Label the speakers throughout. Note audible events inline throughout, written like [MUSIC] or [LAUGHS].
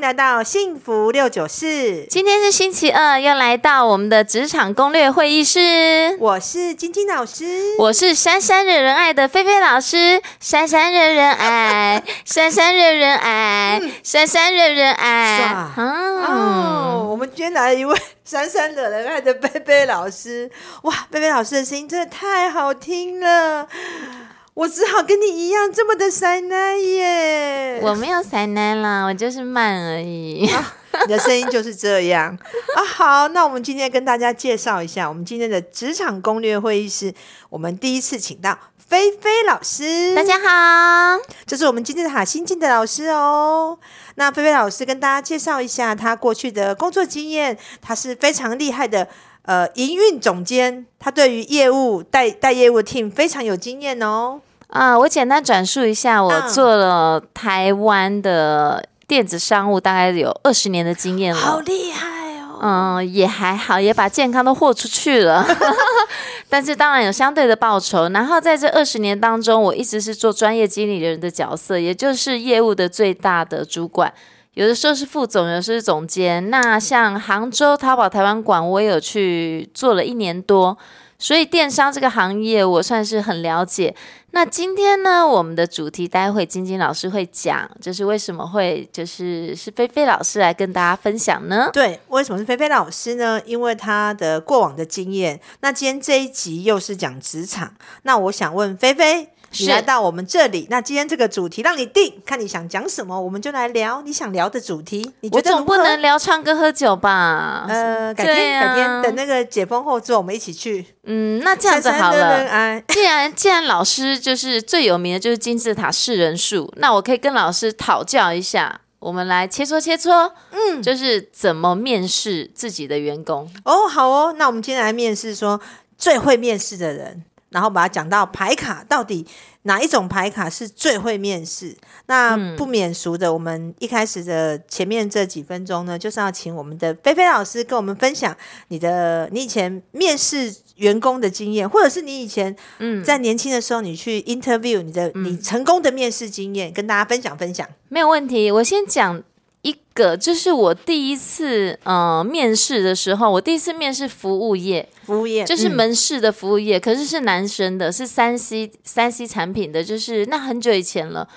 Speaker 1: 来到幸福六九四，
Speaker 2: 今天是星期二，又来到我们的职场攻略会议室。
Speaker 1: 我是晶晶老师。
Speaker 2: 我是珊珊惹人爱的菲菲老师，珊珊惹人爱，珊珊惹人爱，
Speaker 1: 嗯
Speaker 2: 珊珊惹人爱。
Speaker 1: 是哦
Speaker 2: 嗯，，
Speaker 1: 我们今天来了一位闪闪惹人爱的贝贝老师，哇，贝贝老师的声音真的太好听了，我只好跟你一样这么的塞奶耶。啊
Speaker 2: 我没有塞奶啦，我就是慢而已。
Speaker 1: 你的声音就是这样啊。好，那我们今天跟大家介绍一下我们今天的职场攻略会议室。我们第一次请到菲菲老师，
Speaker 2: 大家好，
Speaker 1: 这是我们今天的哈新进的老师哦。那菲菲老师跟大家介绍一下她过去的工作经验，她是非常厉害的呃营运总监，她对于业务带带业务 team 非常有经验哦。
Speaker 2: 啊，我简单转述一下，我
Speaker 1: 嗯
Speaker 2: 做了台湾的电子商务，大概有二十年的经验了。
Speaker 1: 厉害哦！
Speaker 2: 嗯，也还好，也把健康都豁出去了， [LAUGHS] 但是当然有相对的报酬。然后在这二十年当中，我一直是做专业经理人的角色，也就是业务的最大的主管，有的时候是副总，有的时候是总监。那像杭州淘宝台湾馆，我也有去做了一年多，所以电商这个行业我算是很了解。那今天呢，我们的主题待会晶晶老师会讲，就是为什么会就是是菲菲老师来跟大家分享呢？
Speaker 1: 对，为什么是菲菲老师呢？因为她的过往的经验。那今天这一集又是讲职场，那我想问菲菲，你
Speaker 2: 是
Speaker 1: 来到我们这里，那今天这个主题让你定，看你想讲什么，我们就来聊你想聊的主题。你觉
Speaker 2: 我
Speaker 1: 得
Speaker 2: 总
Speaker 1: 如
Speaker 2: 不
Speaker 1: 何？
Speaker 2: 能聊唱歌喝酒吧？
Speaker 1: 呃，改
Speaker 2: 对
Speaker 1: 天、
Speaker 2: 啊
Speaker 1: 改天等那个解封后之后，我们一起去。
Speaker 2: 嗯，那这样子
Speaker 1: 三三
Speaker 2: 好
Speaker 1: 六六 [LAUGHS]
Speaker 2: 了。
Speaker 1: 哎，
Speaker 2: 既然既然老师就是最有名的就是金字塔四人数，那我可以跟老师讨教一下，我们来切磋切磋，嗯，就是怎么面试自己的员工。
Speaker 1: 哦，好哦，那我们今天来面试说最会面试的人，然后把它讲到牌卡到底哪一种牌卡是最会面试。那
Speaker 2: 嗯
Speaker 1: 不免俗的，我们一开始的前面这几分钟呢，就是要请我们的菲菲老师跟我们分享你的你以前面试员工的经验，或者是你以前嗯在年轻的时候你去 interview 你的、
Speaker 2: 嗯
Speaker 1: 你成功的面试经验，跟大家分享分享。
Speaker 2: 没有问题，我先讲一个，就是我第一次呃面试的时候，我第一次面试服务业，
Speaker 1: 服务业
Speaker 2: 就是
Speaker 1: 嗯
Speaker 2: 门市的服务业，可是是男生的，是三 C 三 C 产品的，就是那很久以前了。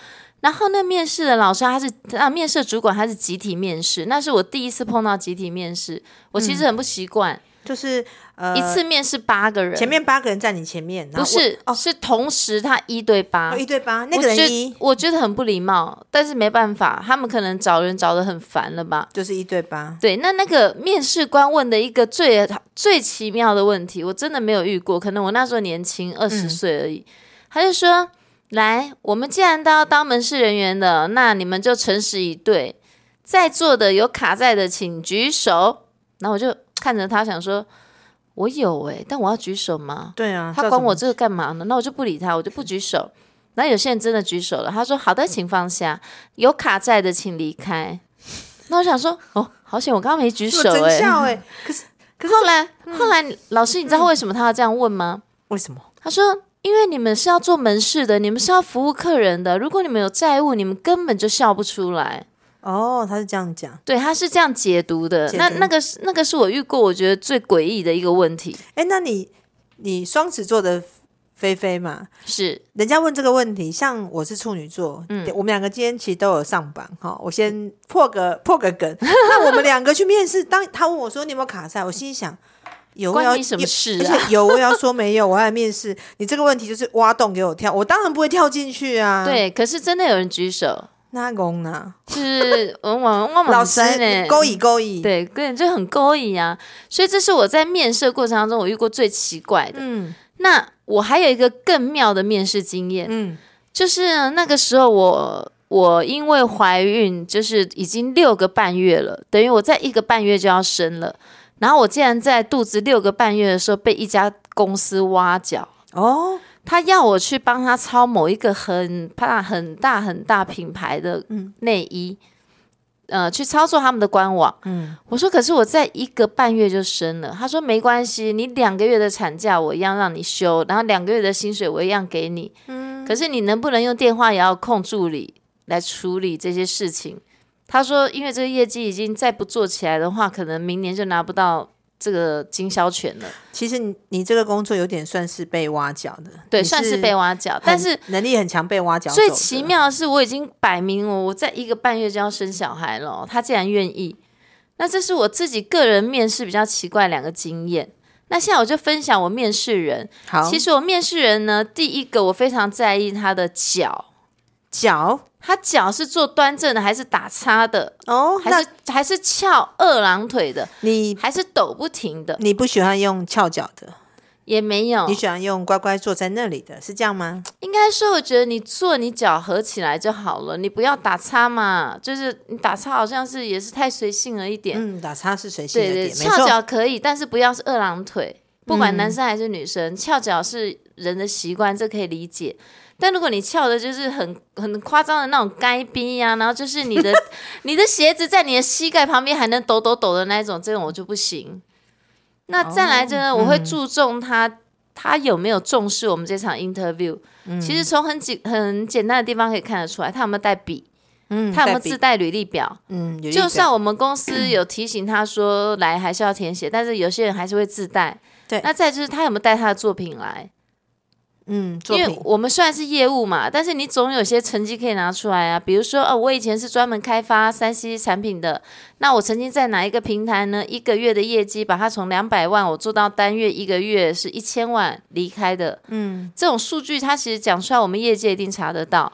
Speaker 2: 然后那面试的老师他是啊，面试的主管他是集体面试，那是我第一次碰到集体面试，我其实很不习惯，
Speaker 1: 就是嗯呃
Speaker 2: 一次面试八个人，
Speaker 1: 前面八个人在你前面，然
Speaker 2: 不
Speaker 1: 后我哦
Speaker 2: 是、是同时他一对八，
Speaker 1: 哦一对八，那个人一
Speaker 2: 我觉得我觉得很不礼貌，但是没办法，他们可能找人找的很烦了吧。
Speaker 1: 就是一对八，
Speaker 2: 对，那那个面试官问的一个最最奇妙的问题，我真的没有遇过，可能我那时候年轻，二十岁而已。他就说：“来，我们既然都要当门市人员的，那你们就诚实以对，在座的有卡在的请举手。”然后我就看着他想说：“我有诶、但我要举手吗？”
Speaker 1: 对啊，
Speaker 2: 他
Speaker 1: 照
Speaker 2: 管我
Speaker 1: 什
Speaker 2: 这个干嘛呢？那我就不理他，我就不举手。然后有些人真的举手了，他说：“好的，请放下，有卡债的请离开。”那我想说，哦，好险，我刚刚没举
Speaker 1: 么
Speaker 2: 手
Speaker 1: 真
Speaker 2: 哎、
Speaker 1: 笑
Speaker 2: [LAUGHS]
Speaker 1: 哎，可是可是嗯
Speaker 2: 后来，后来，老师，你知道为什么他要这样问吗？
Speaker 1: 为什么？
Speaker 2: 他说：“因为你们是要做门市的，你们是要服务客人的。如果你们有债务，你们根本就笑不出来。
Speaker 1: 哦，他是这样讲，”
Speaker 2: 对，他是这样解读的。
Speaker 1: 解
Speaker 2: 那
Speaker 1: 读
Speaker 2: 那个是那个是我遇过我觉得最诡异的一个问题，
Speaker 1: 哎，那你你双子座的菲菲嘛，
Speaker 2: 是
Speaker 1: 人家问这个问题，像我是处女座，嗯，我们两个今天其实都有上榜哈。我
Speaker 2: 嗯
Speaker 1: 先破个破个
Speaker 2: [LAUGHS]
Speaker 1: 梗，那我们两个去面试，当他问我说你有没有卡塞，我心里想有我要
Speaker 2: 关你什么
Speaker 1: 有
Speaker 2: 事
Speaker 1: 而
Speaker 2: 啊？
Speaker 1: 且有我也要说没有，我还面试你这个问题就是挖洞给我跳，我当然不会跳进去啊。，
Speaker 2: 对，可是真的有人举手。
Speaker 1: 那公呢？
Speaker 2: 就是嗯我我我
Speaker 1: 老师
Speaker 2: 呢
Speaker 1: 勾引勾引，
Speaker 2: 对，个人就很勾引啊，所以这是我在面试的过程当中我遇过最奇怪的。
Speaker 1: 嗯
Speaker 2: 那我还有一个更妙的面试经验，
Speaker 1: 嗯，
Speaker 2: 就是那个时候我我因为怀孕，就是已经六个半月了，等于我在一个半月就要生了，然后我竟然在肚子六个半月的时候被一家公司挖角。
Speaker 1: 哦，
Speaker 2: 他要我去帮他抄某一个很大很大很大品牌的
Speaker 1: 嗯
Speaker 2: 内衣，呃，去操作他们的官网。
Speaker 1: 嗯，
Speaker 2: 我说可是我在一个半月就生了，他说没关系，你两个月的产假我一样让你休，然后两个月的薪水我一样给
Speaker 1: 嗯
Speaker 2: 你。可是你能不能用电话也要控助理来处理这些事情？他说，因为这个业绩已经再不做起来的话，可能明年就拿不到这个经销权了。
Speaker 1: 其实你你这个工作有点算是被挖角的，
Speaker 2: 对，
Speaker 1: 你
Speaker 2: 算是被挖角，但
Speaker 1: 很
Speaker 2: 是。
Speaker 1: 能力很强被挖角走的，
Speaker 2: 最奇妙的是，我已经摆明我我在一个半月就要生小孩了哦，他竟然愿意。那这是我自己个人面试比较奇怪的两个经验。那现在我就分享我面试人，
Speaker 1: 好，
Speaker 2: 其实我面试人呢，第一个我非常在意他的脚，
Speaker 1: 脚
Speaker 2: 他脚是做端正的还是打叉的，
Speaker 1: 哦，
Speaker 2: 还
Speaker 1: 那
Speaker 2: 是还是翘二郎腿的，
Speaker 1: 你
Speaker 2: 还是抖不停的，
Speaker 1: 你不喜欢用翘脚的，
Speaker 2: 也没有
Speaker 1: 你。喜欢用乖乖坐在那里的，是这样吗？
Speaker 2: 应该说，我觉得你做你脚合起来就好了，你不要打叉嘛。就是你打叉好像是也是太随性了一点。
Speaker 1: 嗯，打叉是随性的
Speaker 2: 对对，
Speaker 1: 点，没
Speaker 2: 翘
Speaker 1: 错。嗯
Speaker 2: 脚可以，但是不要是二郎腿，不管男生还是女生，翘脚是人的习惯，这可以理解。但如果你翘的就是很很夸张的那种该逼呀、然后就是你的 [LAUGHS] 你的鞋子在你的膝盖旁边还能抖抖抖的那一种，这种我就不行。那再来就是
Speaker 1: 哦嗯
Speaker 2: 我会注重他、他有没有重视我们这场 interview。其实
Speaker 1: 嗯
Speaker 2: 从很简很简单的地方可以看得出来，他有没有带笔，
Speaker 1: 嗯，
Speaker 2: 他有没有
Speaker 1: 代笔
Speaker 2: 自带履历表，
Speaker 1: 嗯，有一
Speaker 2: 就
Speaker 1: 个
Speaker 2: 算我们公司有提醒他说来，还是要填写，但是有些人还是会自带。
Speaker 1: 对
Speaker 2: 那再就是他有没有带他的作品来？
Speaker 1: 嗯作
Speaker 2: 因
Speaker 1: 品
Speaker 2: 为我们虽然是业务嘛，但是你总有些成绩可以拿出来啊。比如说，哦，我以前是专门开发三 C 产品的，那我曾经在哪一个平台呢？一个月的业绩，把它从两百万我做到单月一个月是一千万离开的。嗯，这种数据它其实讲出来，我们业界一定查得到。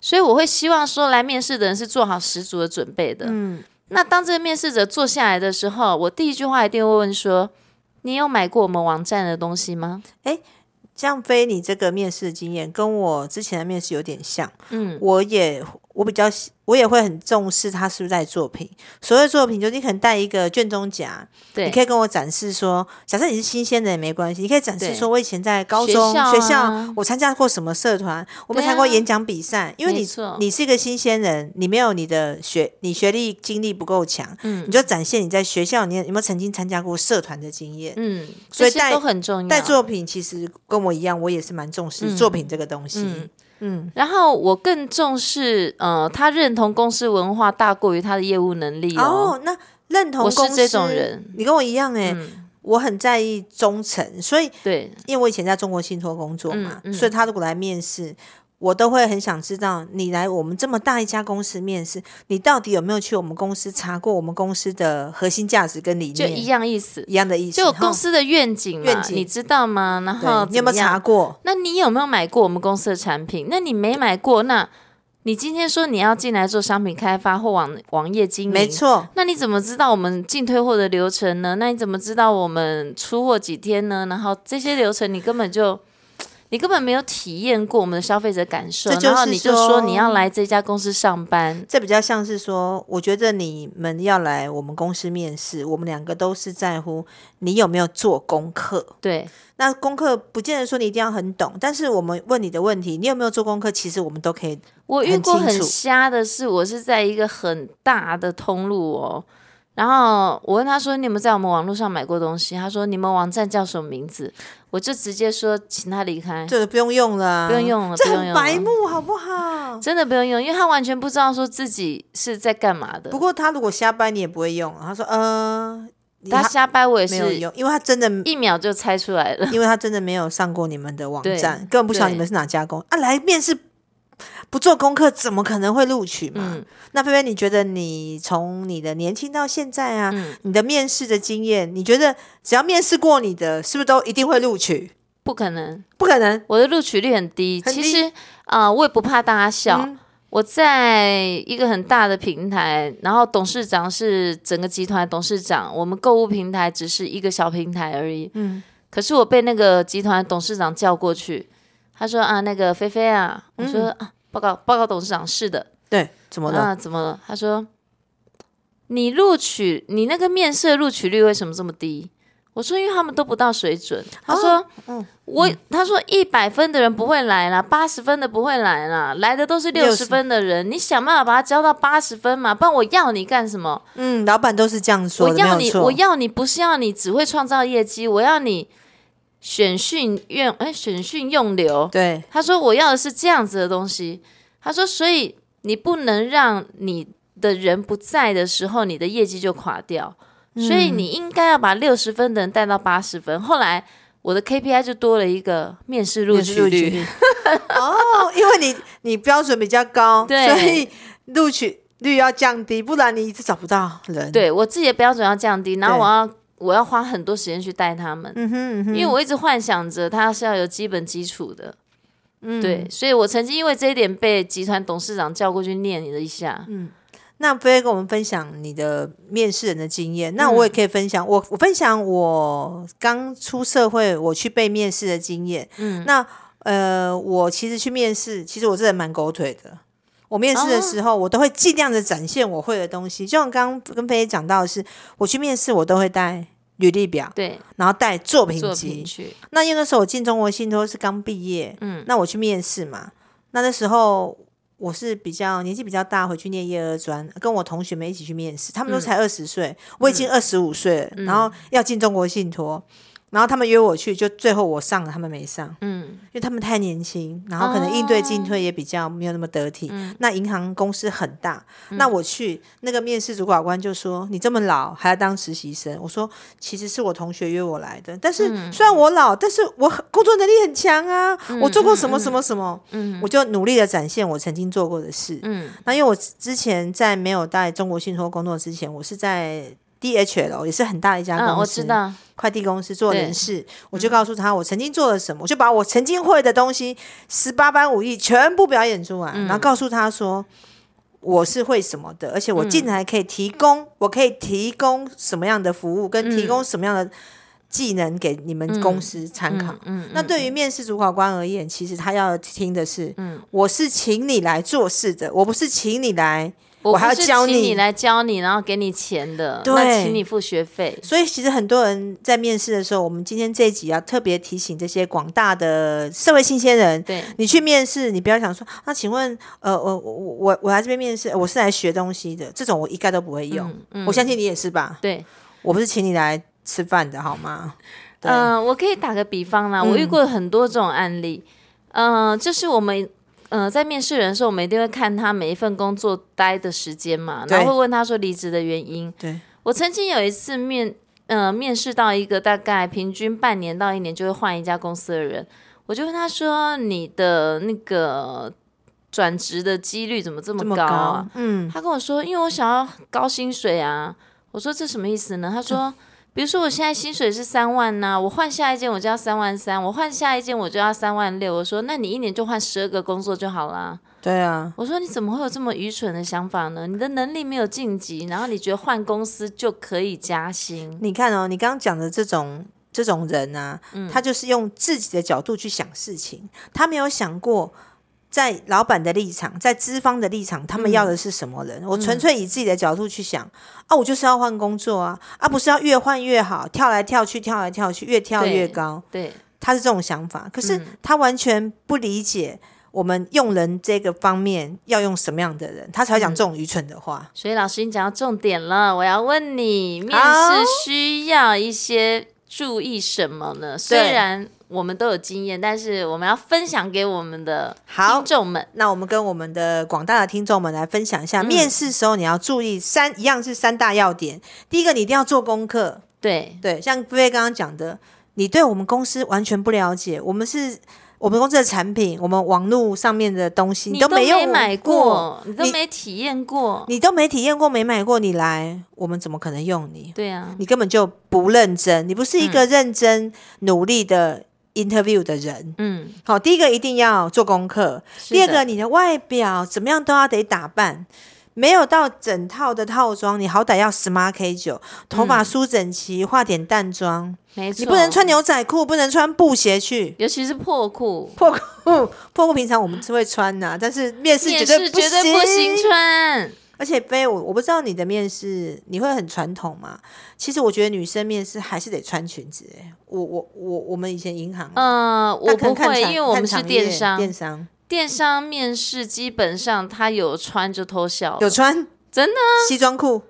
Speaker 2: 所以我会希望说，来面试的人是做好十足的准备的。嗯，那当这个面试者坐下来的时候，我第一句话一定会问说：“你有买过我们网站的东西吗
Speaker 1: 像飞，你这个面试的经验跟我之前的面试有点像。？”
Speaker 2: 嗯，
Speaker 1: 我也我比较喜我也会很重视他是不是在作品。所谓作品，就是你可能带一个卷宗夹，
Speaker 2: 对
Speaker 1: 你可以跟我展示说，假设你是新鲜的也没关系，你可以展示
Speaker 2: 对
Speaker 1: 说我以前在高
Speaker 2: 学
Speaker 1: 中
Speaker 2: 校
Speaker 1: 学
Speaker 2: 啊
Speaker 1: 校我参加过什么社团，我们
Speaker 2: 对
Speaker 1: 参加过
Speaker 2: 啊
Speaker 1: 演讲比赛，因为
Speaker 2: 没
Speaker 1: 你
Speaker 2: 错
Speaker 1: 你是一个新鲜人，你没有你的学你学历经历不够强，
Speaker 2: 嗯
Speaker 1: 你就展现你在学校你有没有曾经参加过社团的经验。
Speaker 2: 嗯，
Speaker 1: 所以
Speaker 2: 这些
Speaker 1: 带
Speaker 2: 都很重要。
Speaker 1: 带作品其实跟我一样，我也是蛮重视作品这个东西。
Speaker 2: 嗯
Speaker 1: 嗯
Speaker 2: 然后我更重视，呃，他认同公司文化大过于他的业务能力哦。
Speaker 1: 哦，那认同
Speaker 2: 我是
Speaker 1: 公司
Speaker 2: 这种人，
Speaker 1: 你跟我一样哎、
Speaker 2: 嗯，
Speaker 1: 我很在意忠诚，所以
Speaker 2: 对，
Speaker 1: 因为我以前在中国信托工作嘛，
Speaker 2: 嗯嗯
Speaker 1: 所以他如果来面试，我都会很想知道你来我们这么大一家公司面试，你到底有没有去我们公司查过我们公司的核心价值跟理
Speaker 2: 就
Speaker 1: 念
Speaker 2: 一样意思。
Speaker 1: 一样的意思？
Speaker 2: 就有
Speaker 1: 哈
Speaker 2: 公司的愿景嘛，
Speaker 1: 愿景
Speaker 2: 你知道吗？然后
Speaker 1: 对，你有没有
Speaker 2: 怎么样
Speaker 1: 查过？
Speaker 2: 那你有没有买过我们公司的产品？那你没买过，那你今天说你要进来做商品开发或网网页经营，
Speaker 1: 没。错，
Speaker 2: 那你怎么知道我们进退货的流程呢？那你怎么知道我们出货几天呢？然后这些流程你根本就，你根本没有体验过我们的消费者感受，
Speaker 1: 这就是
Speaker 2: 然后你就
Speaker 1: 说
Speaker 2: 说你要来这家公司上班，
Speaker 1: 这比较像是说，我觉得你们要来我们公司面试，我们两个都是在乎你有没有做功课。
Speaker 2: 对
Speaker 1: 那功课不见得说你一定要很懂，但是我们问你的问题，你有没有做功课，其实我们都可以。
Speaker 2: 我遇过
Speaker 1: 很清
Speaker 2: 很
Speaker 1: 楚
Speaker 2: 瞎的是，我是在一个很大的通路哦，然后我问他说：“你有没有在我们网络上买过东西？”他说：“你们网站叫什么名字？”我就直接说请他离开，
Speaker 1: 这个不用用了啊，
Speaker 2: 不用用了
Speaker 1: 这
Speaker 2: 不用
Speaker 1: 很
Speaker 2: 用了
Speaker 1: 白目，好不好？
Speaker 2: 真的不用用，因为他完全不知道说自己是在干嘛的
Speaker 1: 不。过他如果瞎掰，你也不会用。啊他说，呃，你
Speaker 2: 他瞎掰，我也
Speaker 1: 没有
Speaker 2: 是
Speaker 1: 用，因为他真的，
Speaker 2: 一秒就猜出来
Speaker 1: [LAUGHS]
Speaker 2: 了。
Speaker 1: 因为他真的没有上过你们的网
Speaker 2: 对
Speaker 1: 站，根本不晓得你们是哪家公啊。来面试不做功课，怎么可能会录取嘛？
Speaker 2: 嗯
Speaker 1: 那菲菲，你觉得你从你的年轻到现在啊，
Speaker 2: 嗯，
Speaker 1: 你的面试的经验，你觉得只要面试过你的，是不是都一定会录取？
Speaker 2: 不可能，
Speaker 1: 不可能。
Speaker 2: 我的录取率很低。
Speaker 1: 很
Speaker 2: 其
Speaker 1: 低
Speaker 2: 实，呃，我也不怕大家笑。
Speaker 1: 嗯
Speaker 2: 我在一个很大的平台，然后董事长是整个集团董事长，我们购物平台只是一个小平台而已。
Speaker 1: 嗯，
Speaker 2: 可是我被那个集团董事长叫过去，他说啊，那个菲菲啊，我说、
Speaker 1: 嗯
Speaker 2: 啊，报告报告董事长，是的，
Speaker 1: 对，怎么了？
Speaker 2: 啊，怎么了？他说你录取你那个面试的录取率为什么这么低？我说因为他们都不到水准。他说、
Speaker 1: 嗯
Speaker 2: 我他说一百分的人不会来啦，八十分的不会来啦，来的都是六十
Speaker 1: 60
Speaker 2: 分的人。你想办法把他教到八十分嘛，不然我要你干什么？
Speaker 1: 嗯，老板都是这样说
Speaker 2: 我
Speaker 1: 的，
Speaker 2: 要
Speaker 1: 没有
Speaker 2: 你，
Speaker 1: 错。
Speaker 2: 我要你，不是要你只会创造业绩，我要你选训用哎选训用流。
Speaker 1: 对，
Speaker 2: 他说我要的是这样子的东西。他说，所以你不能让你的人不在的时候，你的业绩就垮掉。所以你应该要把六十分的人带到八十分。后来我的 KPI 就多了一个面试录取率，
Speaker 1: 哦，因为你你标准比较高，
Speaker 2: 对
Speaker 1: 所以录取率要降低，不然你一直找不到人。，
Speaker 2: 对我自己的标准要降低，然后
Speaker 1: 对
Speaker 2: 我要我要花很多时间去带他们，
Speaker 1: 嗯哼嗯哼，
Speaker 2: 因为我一直幻想着他是要有基本基础的。
Speaker 1: 嗯
Speaker 2: 对，所以我曾经因为这一点被集团董事长叫过去念了一下。
Speaker 1: 那不要跟我们分享你的面试人的经验，那
Speaker 2: 嗯
Speaker 1: 我也可以分享、我我分享我刚出社会我去被面试的经验。嗯，那呃，我其实去面试，其实我这人蛮狗腿的。我面
Speaker 2: 哦
Speaker 1: 试的时候，我都会尽量的展现我会的东西。就像刚刚跟菲菲讲到的是，我去面试我都会带履历表，
Speaker 2: 对，
Speaker 1: 然后带作品
Speaker 2: 作
Speaker 1: 集
Speaker 2: 品。去，
Speaker 1: 那因为那时候我进中国信托是刚毕业，嗯，那我去面试嘛，那那时候我是比较年纪比较大，回去念业二专，跟我同学们一起去面试，他们都才二十岁，我已经二十五岁了，然后要进中国信托。然后他们约我去，就最后我上了，他们没上，
Speaker 2: 嗯，
Speaker 1: 因为他们太年轻，然后可能应对进
Speaker 2: 哦
Speaker 1: 退也比较没有那么得体。
Speaker 2: 嗯
Speaker 1: 那银行公司很大，那我去那个面试主管官就说：“你这么老还要当实习生？”我说：“其实是我同学约我来的，但是
Speaker 2: 嗯
Speaker 1: 虽然我老，但是我很工作能力很强啊，我做
Speaker 2: 嗯
Speaker 1: 过什么什么什么，我就努力的展现我曾经做过的事。
Speaker 2: 嗯
Speaker 1: 那因为我之前在没有在中国信托工作之前，我是在 DHL 也是很大的一家公司，
Speaker 2: 嗯，我知道，
Speaker 1: 快递公司做
Speaker 2: 对嗯
Speaker 1: 人事，我就告诉他我曾经做了什么，我就把我曾经会的东西十八般武艺全部表演出来，
Speaker 2: 嗯
Speaker 1: 然后告诉他说我是会什么的，而
Speaker 2: 嗯
Speaker 1: 且我进来可以提供，我可以提供什么样的服务，跟提供什么样的技能给你们公司参考。
Speaker 2: 嗯嗯，
Speaker 1: 那对于面试主考官而言，其实他要听的是，
Speaker 2: 嗯
Speaker 1: 我是请你来做事的，我不是请你来我
Speaker 2: 我
Speaker 1: 还
Speaker 2: 不
Speaker 1: 要
Speaker 2: 是
Speaker 1: 教
Speaker 2: 请
Speaker 1: 你
Speaker 2: 你来教你，然后给你钱的，
Speaker 1: 对
Speaker 2: 那请你付学费。
Speaker 1: 所以其实很多人在面试的时候，我们今天这一集要特别提醒这些广大的社会新鲜人。
Speaker 2: 对，
Speaker 1: 你去面试，你不要想说，那请问，呃，我我我我来这边面试，呃我是来学东西的，这种我一概都不会用。我相信你也是吧？
Speaker 2: 嗯对，
Speaker 1: 我不是请你来吃饭的好吗？对，嗯
Speaker 2: 嗯、我可以打个比方啦，我遇过很多这种案例，嗯、就是我们。嗯、在面试人的时候，我们一定会看他每一份工作待的时间嘛，
Speaker 1: 对
Speaker 2: 然后会问他说离职的原因。
Speaker 1: 对，
Speaker 2: 我曾经有一次面，呃，面试到一个大概平均半年到一年就会换一家公司的人，我就问他说：“你的那个转职的几率怎么这
Speaker 1: 这
Speaker 2: 么
Speaker 1: 么
Speaker 2: 高啊？”
Speaker 1: 高，嗯，
Speaker 2: 他跟我说，因为我想要高薪水啊。我说这什么意思呢？他说，比如说我现在薪水是三万呐、我换下一间我就要三万三，我换下一间我就要三万六。我说，那你一年就换十二个工作就好啦。
Speaker 1: 对啊，
Speaker 2: 我说你怎么会有这么愚蠢的想法呢？你的能力没有晋级，然后你觉得换公司就可以加薪？
Speaker 1: 你看哦，你刚刚讲的这种这种人啊，他就是用自己的角度去想事情，他没有想过在老板的立场，在资方的立场，他们要的是什么人。我纯粹以自己的角度去想，啊，我就是要换工作啊，啊，不是要越换越好，跳来跳去，跳来跳去，越跳越
Speaker 2: 对
Speaker 1: 高，
Speaker 2: 对，
Speaker 1: 他是这种想法。可是他完全不理解。我们用人这个方面要用什么样的人，他才会讲这种愚蠢的话。
Speaker 2: 所以老师你讲到重点了，我要问你，面
Speaker 1: 好
Speaker 2: 试需要一些注意什么呢？虽然我们都有经验，但是我们要分享给我们的
Speaker 1: 好
Speaker 2: 听众们。
Speaker 1: 那我们跟我们的广大的听众们来分享一下，面试时候你要注意三一样是三大要点。第一个，你一定要做功课，
Speaker 2: 对，
Speaker 1: 对，像菲菲刚刚讲的，你对我们公司完全不了解，我们是我们公司的产品，我们网络上面的东西
Speaker 2: 都
Speaker 1: 都没用
Speaker 2: 买
Speaker 1: 过，
Speaker 2: 过，你都
Speaker 1: 你
Speaker 2: 没体验过，
Speaker 1: 你都没体验过，没买过，你来，我们怎么可能用你？
Speaker 2: 对啊，
Speaker 1: 你根本就不认真，你不是一个认真努力的 interview 的人。
Speaker 2: 嗯，
Speaker 1: 好，第一个一定要做功课，
Speaker 2: 是
Speaker 1: 第二
Speaker 2: 的
Speaker 1: 个，你的外表怎么样都要得打扮，没有到整套的套装，你好歹要 smart K 九，头发梳整齐，化点淡妆，
Speaker 2: 嗯没错，
Speaker 1: 你不能，穿牛仔裤，不能穿布鞋去。
Speaker 2: 尤其是破裤，
Speaker 1: 破裤，破裤平常我们是会穿呐、但是面试绝
Speaker 2: 面
Speaker 1: 对
Speaker 2: 试
Speaker 1: 不
Speaker 2: 绝
Speaker 1: 行。
Speaker 2: 对不行穿。
Speaker 1: 而且，飞我我不知道你的面试你会很传统吗？其实我觉得女生面试还是得穿裙子、欸。我我我我们以前银行，
Speaker 2: 嗯，
Speaker 1: 那
Speaker 2: 我
Speaker 1: 可能
Speaker 2: 不
Speaker 1: 看
Speaker 2: 会，
Speaker 1: 产
Speaker 2: 因为我们
Speaker 1: 看
Speaker 2: 是
Speaker 1: 产业
Speaker 2: 电商，
Speaker 1: 电商
Speaker 2: 电商面试基本上他有穿就偷笑了，
Speaker 1: 有穿
Speaker 2: 真的啊
Speaker 1: 西装裤，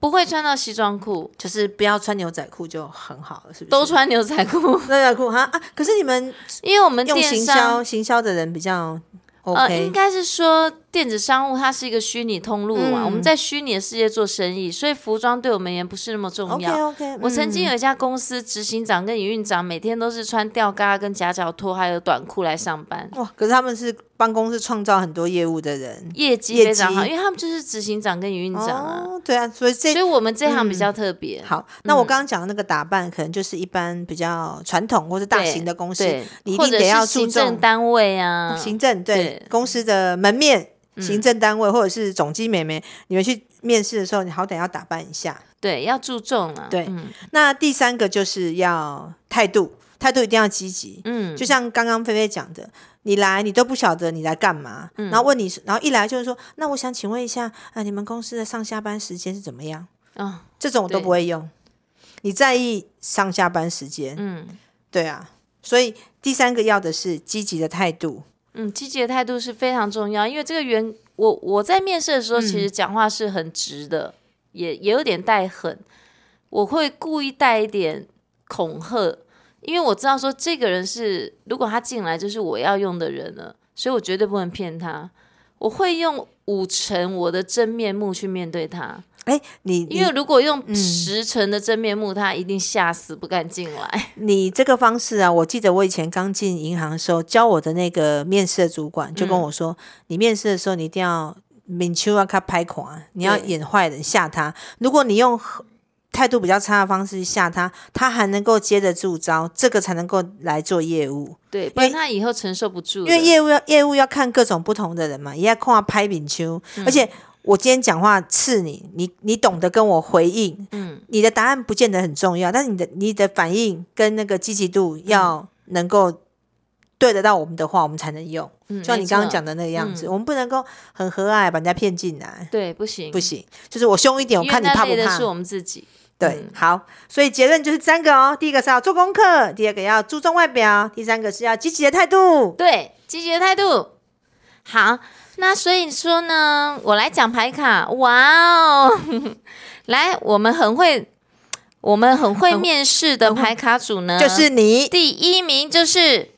Speaker 2: 不会穿到西装裤，
Speaker 1: 就是不要穿牛仔裤就很好了，是不是？
Speaker 2: 都穿牛仔裤， [LAUGHS]
Speaker 1: 牛仔裤哈啊！可是你们
Speaker 2: 因为我们
Speaker 1: 用
Speaker 2: 电
Speaker 1: 行
Speaker 2: 商
Speaker 1: 销行销的人比较
Speaker 2: 呃，
Speaker 1: OK，
Speaker 2: 应该是说电子商务它是一个虚拟通路嘛，
Speaker 1: 嗯
Speaker 2: 我们在虚拟的世界做生意，所以服装对我们也不是那么重要。
Speaker 1: OK 嗯 OK，
Speaker 2: 我曾经有一家公司执行长跟营运长每天都是穿吊嘎跟夹脚拖还有短裤来上班，
Speaker 1: 哇，可是他们是帮公司创造很多业务的人。
Speaker 2: 业绩
Speaker 1: 业
Speaker 2: 非常
Speaker 1: 绩
Speaker 2: 好，因为他们就是执行长跟营运长啊。
Speaker 1: 哦，嗯对啊，所以这
Speaker 2: 所以嗯我们这行比较特别，
Speaker 1: 好，那我刚刚讲的那个打扮，可能就是一般比较传统或是大型的公司，
Speaker 2: 对，
Speaker 1: 你一
Speaker 2: 或
Speaker 1: 定
Speaker 2: 者
Speaker 1: 得要
Speaker 2: 是
Speaker 1: 注
Speaker 2: 行政
Speaker 1: 重哦
Speaker 2: 单位啊，
Speaker 1: 行政对
Speaker 2: 对嗯
Speaker 1: 公司的门面、行政单位或者是总机美眉，你们去面试的时候，你好歹要打扮一下。
Speaker 2: 对，要注重啊，
Speaker 1: 对
Speaker 2: 嗯
Speaker 1: 那第三个就是要态度，态度一定要积极。
Speaker 2: 嗯，
Speaker 1: 就像刚刚菲菲讲的，你来你都不晓得你来干嘛，
Speaker 2: 嗯
Speaker 1: 然后问你，然后一来就是说，那我想请问一下，啊，你们公司的上下班时间是怎么样？
Speaker 2: 哦，
Speaker 1: 这种我都
Speaker 2: 对
Speaker 1: 不会用。你在意上下班时间，
Speaker 2: 嗯
Speaker 1: 对啊，所以第三个要的是积极的态度。
Speaker 2: 嗯，积极的态度是非常重要，因为这个员，我我在面试的时候，其
Speaker 1: 嗯
Speaker 2: 实讲话是很直的，也也有点带狠，我会故意带一点恐吓，因为我知道说这个人是，如果他进来就是我要用的人了，所以我绝对不能骗他，我会用五成我的真面目去面对他，
Speaker 1: 哎，你嗯
Speaker 2: 因为如果用十成的真面目，他一定吓死不敢进
Speaker 1: [LAUGHS]
Speaker 2: 来。
Speaker 1: 哎你这个方式啊，我记得我以前刚进银行的时候，教我的那个面试的主管就跟我说，你面试的时候你一定要敏秋啊，他拍垮，你要
Speaker 2: 对
Speaker 1: 演坏人吓他。如果你用态度比较差的方式吓他，他还能够接得住招，这个才能够来做业务。
Speaker 2: 对，不然他以后承受不住
Speaker 1: 因
Speaker 2: 的。
Speaker 1: 为业务要业务要看各种不同的人嘛，也要看拍敏秋，
Speaker 2: 嗯
Speaker 1: 而且。我今天讲话刺你，你你懂得跟我回应，
Speaker 2: 嗯
Speaker 1: 你的答案不见得很重要，但是你的你的反应跟那个积极
Speaker 2: 嗯
Speaker 1: 度要能够对得到我们的话，我们才能用。
Speaker 2: 嗯，
Speaker 1: 就像你
Speaker 2: 没
Speaker 1: 刚刚
Speaker 2: 错嗯
Speaker 1: 讲的那个样子，我们不能够很和蔼把人家骗进来，
Speaker 2: 对，不行
Speaker 1: 不行。就是我凶一点，我
Speaker 2: 嗯因为
Speaker 1: 看你
Speaker 2: 那
Speaker 1: 怕不
Speaker 2: 累的
Speaker 1: 怕
Speaker 2: 是？我们自己。嗯
Speaker 1: 对，好。所以结论就是三个哦，第一个是要做功课，第二个要注重外表，第三个是要积极的态度。
Speaker 2: 对，积极的态度。好，那所以说呢，我来讲牌卡。哇哦， [LAUGHS] 来，我们很会，我们很会面试的牌卡组呢，
Speaker 1: 就是你，
Speaker 2: 第一名就是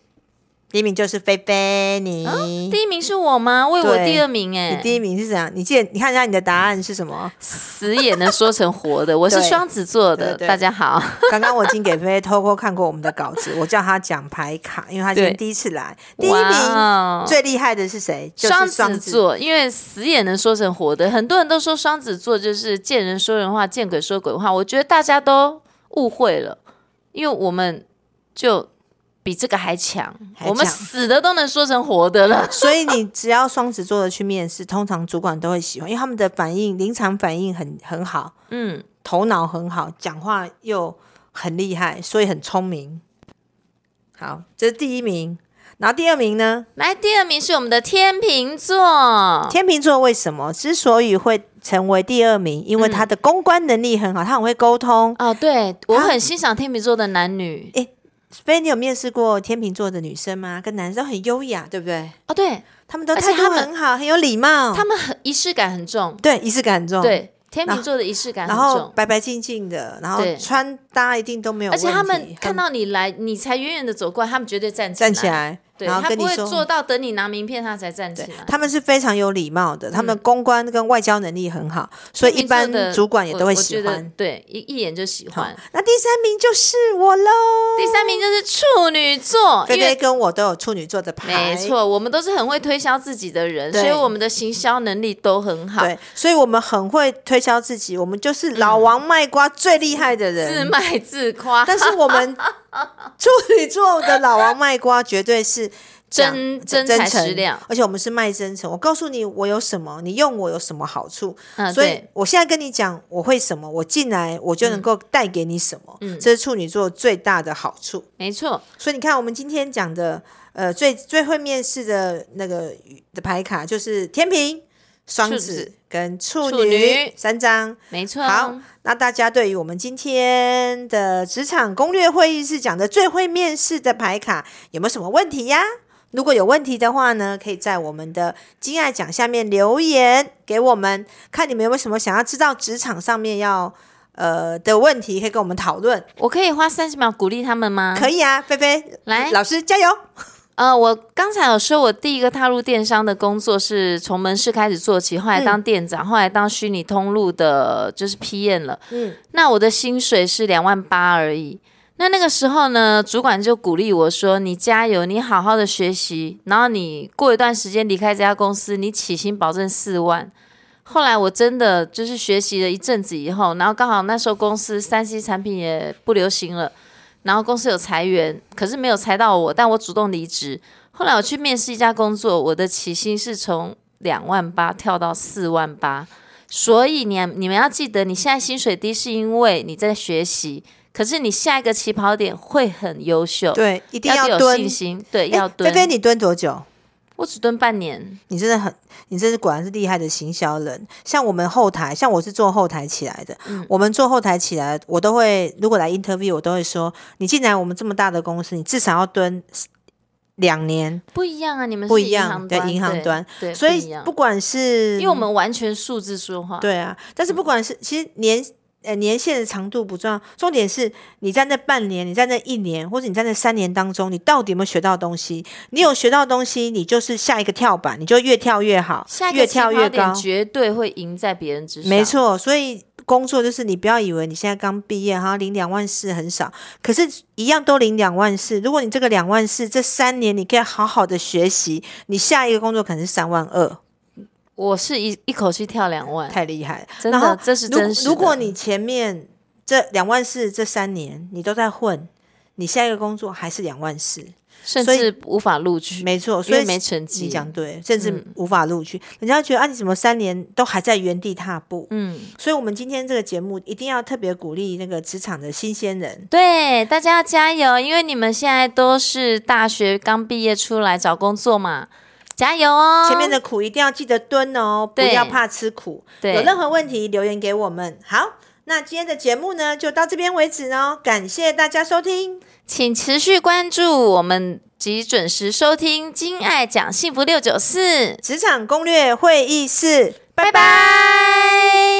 Speaker 1: 第一名就是菲菲，你、
Speaker 2: 哦第一名是我吗？为我
Speaker 1: 对
Speaker 2: 第二名哎、
Speaker 1: 你第一名是怎样？你记得你看一下你的答案是什
Speaker 2: [LAUGHS]
Speaker 1: 么？
Speaker 2: 死也能说成
Speaker 1: [LAUGHS]
Speaker 2: 活的。我是
Speaker 1: 对
Speaker 2: 双子座的，
Speaker 1: 对对
Speaker 2: 大家好。
Speaker 1: 刚刚我已经给菲菲偷偷看过我们的稿子，我叫她讲牌卡，因为她今天
Speaker 2: 对
Speaker 1: 第一次来。第一名
Speaker 2: 哇哦
Speaker 1: 最厉害的是谁？就是
Speaker 2: 双
Speaker 1: 双
Speaker 2: 子。座，因为死也能说成活的。很多人都说双子座就是见人说人话，见鬼说鬼话。我觉得大家都误会了，因为我们就比这个还强，
Speaker 1: 还
Speaker 2: 我们
Speaker 1: 强
Speaker 2: 死的都能说成活
Speaker 1: [LAUGHS]
Speaker 2: 的了。
Speaker 1: 所以你只要双子座的去面试，通常主管都会喜欢，因为他们的反应、临场反应很很好，
Speaker 2: 嗯，
Speaker 1: 头脑很好，讲话又很厉害，所以很聪明。好，这是第一名。然后第二名呢？
Speaker 2: 来第二名是我们的天秤座，
Speaker 1: 天秤座为什么之所以会成为第二名？
Speaker 2: 嗯
Speaker 1: 因为他的公关能力很好，他很会沟通。
Speaker 2: 哦，对我很欣赏天秤座的男女。
Speaker 1: 菲，你有面试过天秤座的女生吗？跟男生都很优雅，对不对？
Speaker 2: 哦，对
Speaker 1: 他们都
Speaker 2: 而且
Speaker 1: 态度
Speaker 2: 他们
Speaker 1: 很好，很有礼貌，
Speaker 2: 他们很仪式感很重，
Speaker 1: 对仪式感很重。，
Speaker 2: 对天
Speaker 1: 哦然
Speaker 2: 秤座的仪式感
Speaker 1: 然
Speaker 2: 很
Speaker 1: 后
Speaker 2: 重。
Speaker 1: 白白净净的，然后
Speaker 2: 对
Speaker 1: 穿搭一定都没有
Speaker 2: 而
Speaker 1: 问题。
Speaker 2: 且他们看
Speaker 1: 很
Speaker 2: 到你来，你才远远的走过来，他们绝对站起来。
Speaker 1: 站起来，
Speaker 2: 对
Speaker 1: 然后
Speaker 2: 他
Speaker 1: 跟
Speaker 2: 不
Speaker 1: 你
Speaker 2: 会做
Speaker 1: 说。
Speaker 2: 到等你拿名片他才站起来。嗯
Speaker 1: 他们是非常有礼貌的，他们的公关跟外交能力很好，所以一般
Speaker 2: 天秤座的
Speaker 1: 主管也都
Speaker 2: 我
Speaker 1: 会
Speaker 2: 我
Speaker 1: 喜
Speaker 2: 觉得
Speaker 1: 欢。
Speaker 2: 对，一一眼就喜
Speaker 1: 好
Speaker 2: 欢。，
Speaker 1: 那第三名就是我喽。
Speaker 2: 第三名就是处女座，
Speaker 1: 菲
Speaker 2: 因
Speaker 1: 菲
Speaker 2: 为
Speaker 1: 跟我都有处女座的牌，
Speaker 2: 没。错，我们都是很会推销自己的人，
Speaker 1: 对
Speaker 2: 所以我们的行销能力都很好，
Speaker 1: 对，所以我们很会推销自己，我们就是
Speaker 2: 嗯
Speaker 1: 老王卖瓜最厉害的人。
Speaker 2: 自卖自夸，
Speaker 1: 但是我
Speaker 2: [LAUGHS]
Speaker 1: 们处女座的老王卖瓜绝对是讲
Speaker 2: 真
Speaker 1: 真
Speaker 2: 真材
Speaker 1: 诚
Speaker 2: 实料。
Speaker 1: 而且我们是卖真诚。我告诉你，我有什么，你用我有什么好处。
Speaker 2: 嗯，
Speaker 1: 所以
Speaker 2: 对，嗯
Speaker 1: 我现在跟你讲，我会什么，我进来我就能够带给你什么。这是处女座最大的好处。
Speaker 2: 没错，
Speaker 1: 所以你看，我们今天讲的，呃，最最会面试的那个的牌卡就是天平、双
Speaker 2: 处
Speaker 1: 子
Speaker 2: 子
Speaker 1: 跟
Speaker 2: 处女嗯
Speaker 1: 三张。
Speaker 2: 没错。
Speaker 1: 好，那大家对于我们今天的职场攻略会议室讲的最会面试的牌卡有没有什么问题呀？如果有问题的话呢，可以在我们的“金爱讲”下面留言给我们，看你们有没有什么想要知道职场上面要呃的问题，可以跟我们讨论。
Speaker 2: 我可以花三十秒鼓励他们吗？
Speaker 1: 可以啊，菲菲，
Speaker 2: 嗯来
Speaker 1: 老师加油！
Speaker 2: 呃，我刚才有说，我第一个踏入电商的工作是从门市开始做起，后来当店长，后来当虚拟通路的，就是 PM 了。
Speaker 1: 嗯，
Speaker 2: 那我的薪水是两万八而已。那那个时候呢，主管就鼓励我说：“你加油，你好好的学习，然后你过一段时间离开这家公司，你起薪保证四万。”后来我真的就是学习了一阵子以后，然后刚好那时候公司三 C 产品也不流行了，然后公司有裁员，可是没有裁到我，但我主动离职。后来我去面试一家工作，我的起薪是从两万八跳到四万八，所以你你们要记得，你现在薪水低是因为你在学习，可是你下一个起跑点会很优秀，，
Speaker 1: 对，一定
Speaker 2: 哦要有
Speaker 1: 蹲
Speaker 2: 信。心，对，
Speaker 1: 哎
Speaker 2: 要蹲。
Speaker 1: 菲菲，你蹲多久？
Speaker 2: 我只蹲半年，
Speaker 1: 你真的很，你真是果然是厉害的行销人。像我们后台，像我是做后台起来的，
Speaker 2: 嗯
Speaker 1: 我们做后台起来，我都会如果来 interview，我都会说，你进来我们这么大的公司，你至少要蹲两年。
Speaker 2: 不一样啊，你们是
Speaker 1: 不一样
Speaker 2: 行
Speaker 1: 对
Speaker 2: 端
Speaker 1: 银行
Speaker 2: 对
Speaker 1: 端
Speaker 2: 对，
Speaker 1: 所
Speaker 2: 不一
Speaker 1: 以
Speaker 2: 样
Speaker 1: 不管是
Speaker 2: 因为我们完全数字说话，
Speaker 1: 嗯对啊，但是
Speaker 2: 嗯
Speaker 1: 不管是其实年呃年限的长度不重要，重点是你在那半年、你在那一年，或者你在那三年当中，你到底有没有学到东西？你有学到东西，你就是下一个跳板，你就越跳越好
Speaker 2: 下，一
Speaker 1: 越
Speaker 2: 个起
Speaker 1: 跳
Speaker 2: 跑
Speaker 1: 越
Speaker 2: 点
Speaker 1: 高。
Speaker 2: 绝对会赢在别人之上，
Speaker 1: 没。错，所以工作就是你不要以为你现在刚毕业，好像领两万四很少，可是一样都领两万四。如果你这个两万四这三年你可以好好的学习，你下一个工作可能是三万二，
Speaker 2: 我是一一口气跳两万，
Speaker 1: 太厉害了。
Speaker 2: 真
Speaker 1: 然后
Speaker 2: 的，这是
Speaker 1: 如
Speaker 2: 真实的
Speaker 1: 如果你前面这两万四这三年你都在混，你下一个工作还是两万四，
Speaker 2: 甚
Speaker 1: 所以
Speaker 2: 至无法录取，
Speaker 1: 没错，
Speaker 2: 因
Speaker 1: 所以
Speaker 2: 为没成绩嗯
Speaker 1: 你。讲对，甚至无法录取，人家觉得啊，你怎么三年都还在原地踏步？
Speaker 2: 嗯，
Speaker 1: 所以，我们今天这个节目一定要特别鼓励那个职场的新鲜人。
Speaker 2: 对，大家要加油，因为你们现在都是大学刚毕业出来找工作嘛，加油哦！
Speaker 1: 前面的苦一定要记得蹲哦，不
Speaker 2: 对
Speaker 1: 要怕吃苦。
Speaker 2: 对
Speaker 1: 有任何问题留言给我们。好，那今天的节目呢，就到这边为止哦。感谢大家收听，
Speaker 2: 请持续关注我们及准时收听《金爱讲幸福六九四》，
Speaker 1: 职场攻略会议室，
Speaker 2: 拜拜。